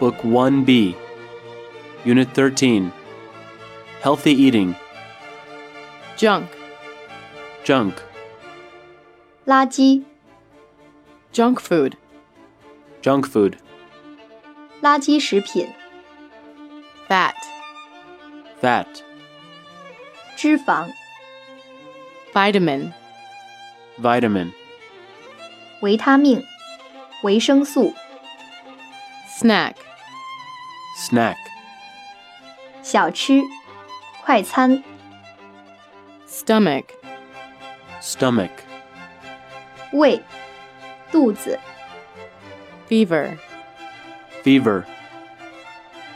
Book 1B, Unit 13 Healthy Eating, junk, Junk, 垃圾、 junk food, Junk Food, 垃圾食品、 fat, Fat, 脂肪、 vitamin, Vitamin, 维他命、维生素、 snack, Snack, 小吃、快餐、 stomach, Stomach, 胃、肚子、 fever, Fever,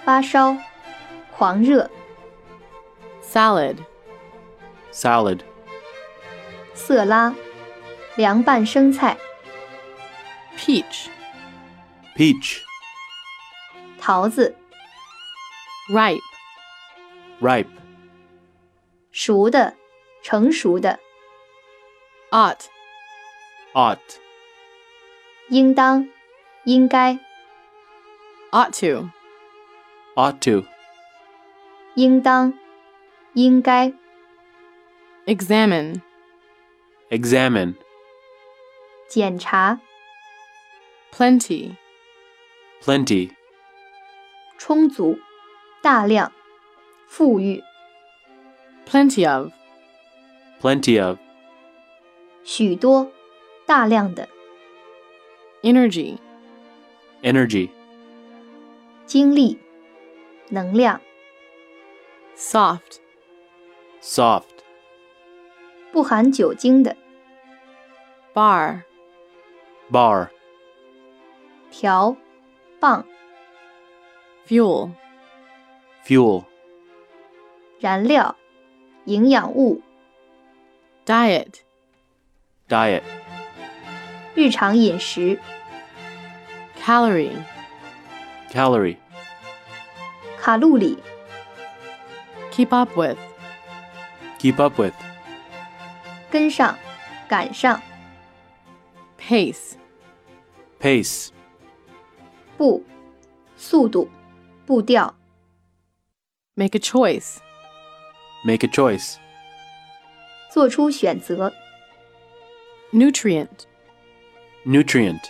发烧、狂热、 salad, Salad, 色拉、凉拌生菜、 peach, Peach, 桃子、 ripe, Ripe, 熟的、成熟的、 ought, Ought, 应当、应该、 ought to, Ought to, 应当、应该、 examine, Examine, 检查、 plenty, Plenty, 充足、大量、富裕、 plenty of, Plenty of, 许多、大量的、 energy, Energy, 精力、能量、 soft, Soft, 不含酒精的、 bar, Bar, 条、棒、 fuel, Fuel, 燃料、营养物、 diet, Diet, 日常饮食、 calorie, Calorie, 卡路里、 keep up with, Keep up with, 跟上、赶上、 pace, Pace, 步、速度、步调、 make a choice, Make a Choice, 做出选择、 nutrient, Nutrient,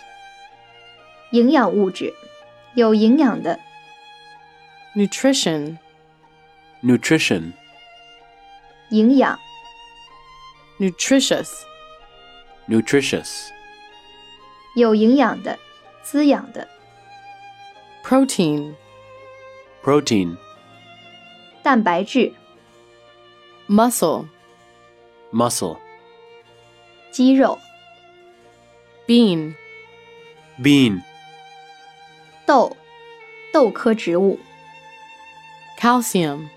营养物质、有营养的、 nutrition, Nutrition, 营养、 nutritious, Nutritious, 有营养的、滋养的、 protein, Protein, 蛋白质、 muscle, Muscle, 肌肉、 bean, Bean, 豆、豆科植物、 calcium,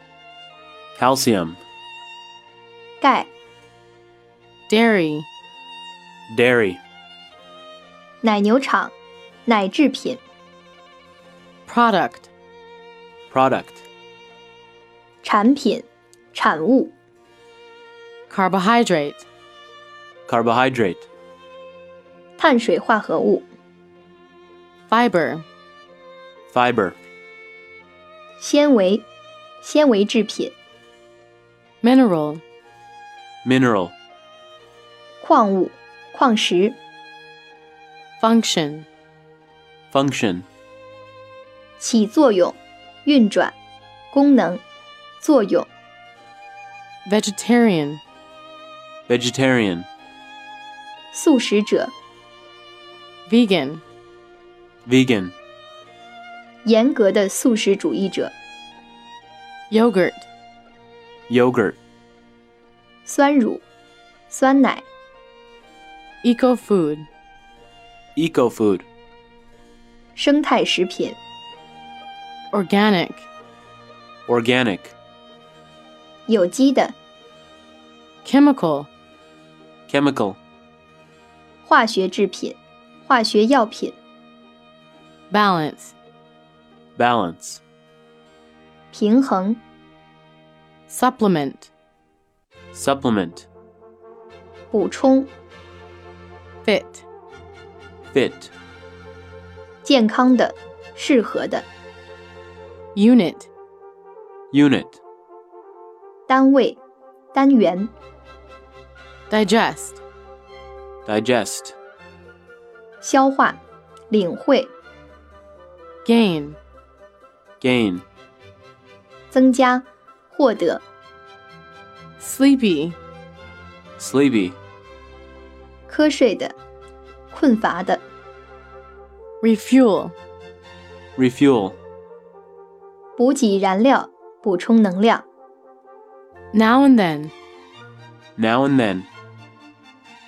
Calcium, 钙、 dairy, Dairy, 奶牛场、奶制品、 product, Product, 产品、产物、 carbohydrate, Carbohydrate, 碳水化合物、 fiber, Fiber, 纤维、纤维制品、 mineral, Mineral, 矿物、矿石、 function, Function, 起作用、运转、功能、作用、 vegetarian, Vegetarian, 素食者、 vegan, Vegan, 严格的素食主义者、 yogurt, Yogurt, 酸乳、酸奶、 eco food, Eco Food, 生态食品、 organic, Organic, 有机的、 chemical, Chemical, 化学制品、化学药品、 balance, Balance, 平衡、 supplement, Supplement, 补充、 fit, Fit, 健康的、适合的、 unit, unit, 单位、单元、 digest, digest, 消化、领会、 gain, gain, 增加、获得、 sleepy, sleepy, 瞌睡的、困乏的、 refuel, refuel, 补给燃料、补充能量、 now and then, now and then,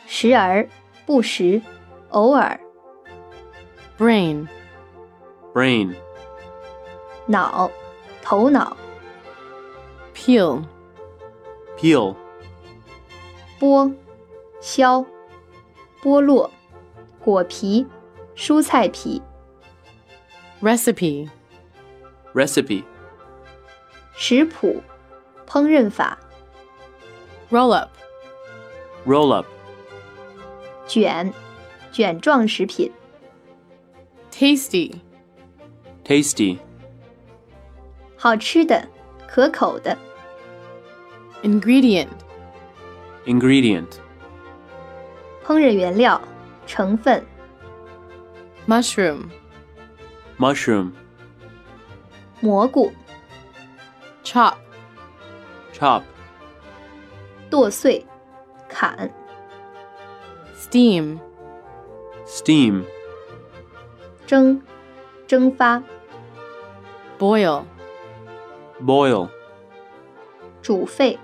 时而、不时、偶尔、 brain, brain, 脑、头脑、 peel, peel, 剥、削、剥落、果皮、蔬菜皮、 recipe, recipe, 食谱、烹饪法、 roll up, roll up, 卷、卷状食品、 tasty, tasty, 好吃的、可口的、 ingredient, ingredient, 烹饪原料、成分、 mushroom, mushroom, 蘑菇、 chop, chop, 剁碎、砍、 steam, steam, 蒸、蒸发、 boil, boil, 煮沸、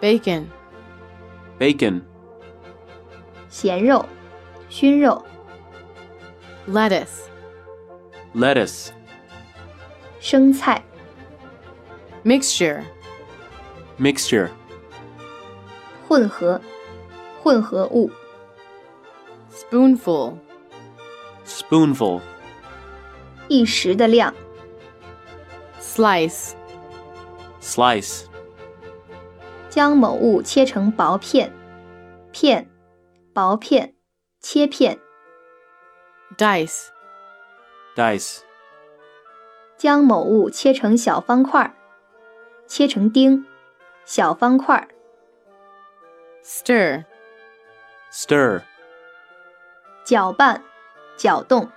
bacon, bacon, 咸肉、熏肉、 lettuce, lettuce, 生菜、 mixture, mixture, 混合、混合物、 spoonful, spoonful, 一时的量、 slice, slice, 将某物切成薄片、片、薄片、切片； dice, dice, 将某物切成小方块儿，切成丁、小方块儿； stir, stir, 搅拌、搅动、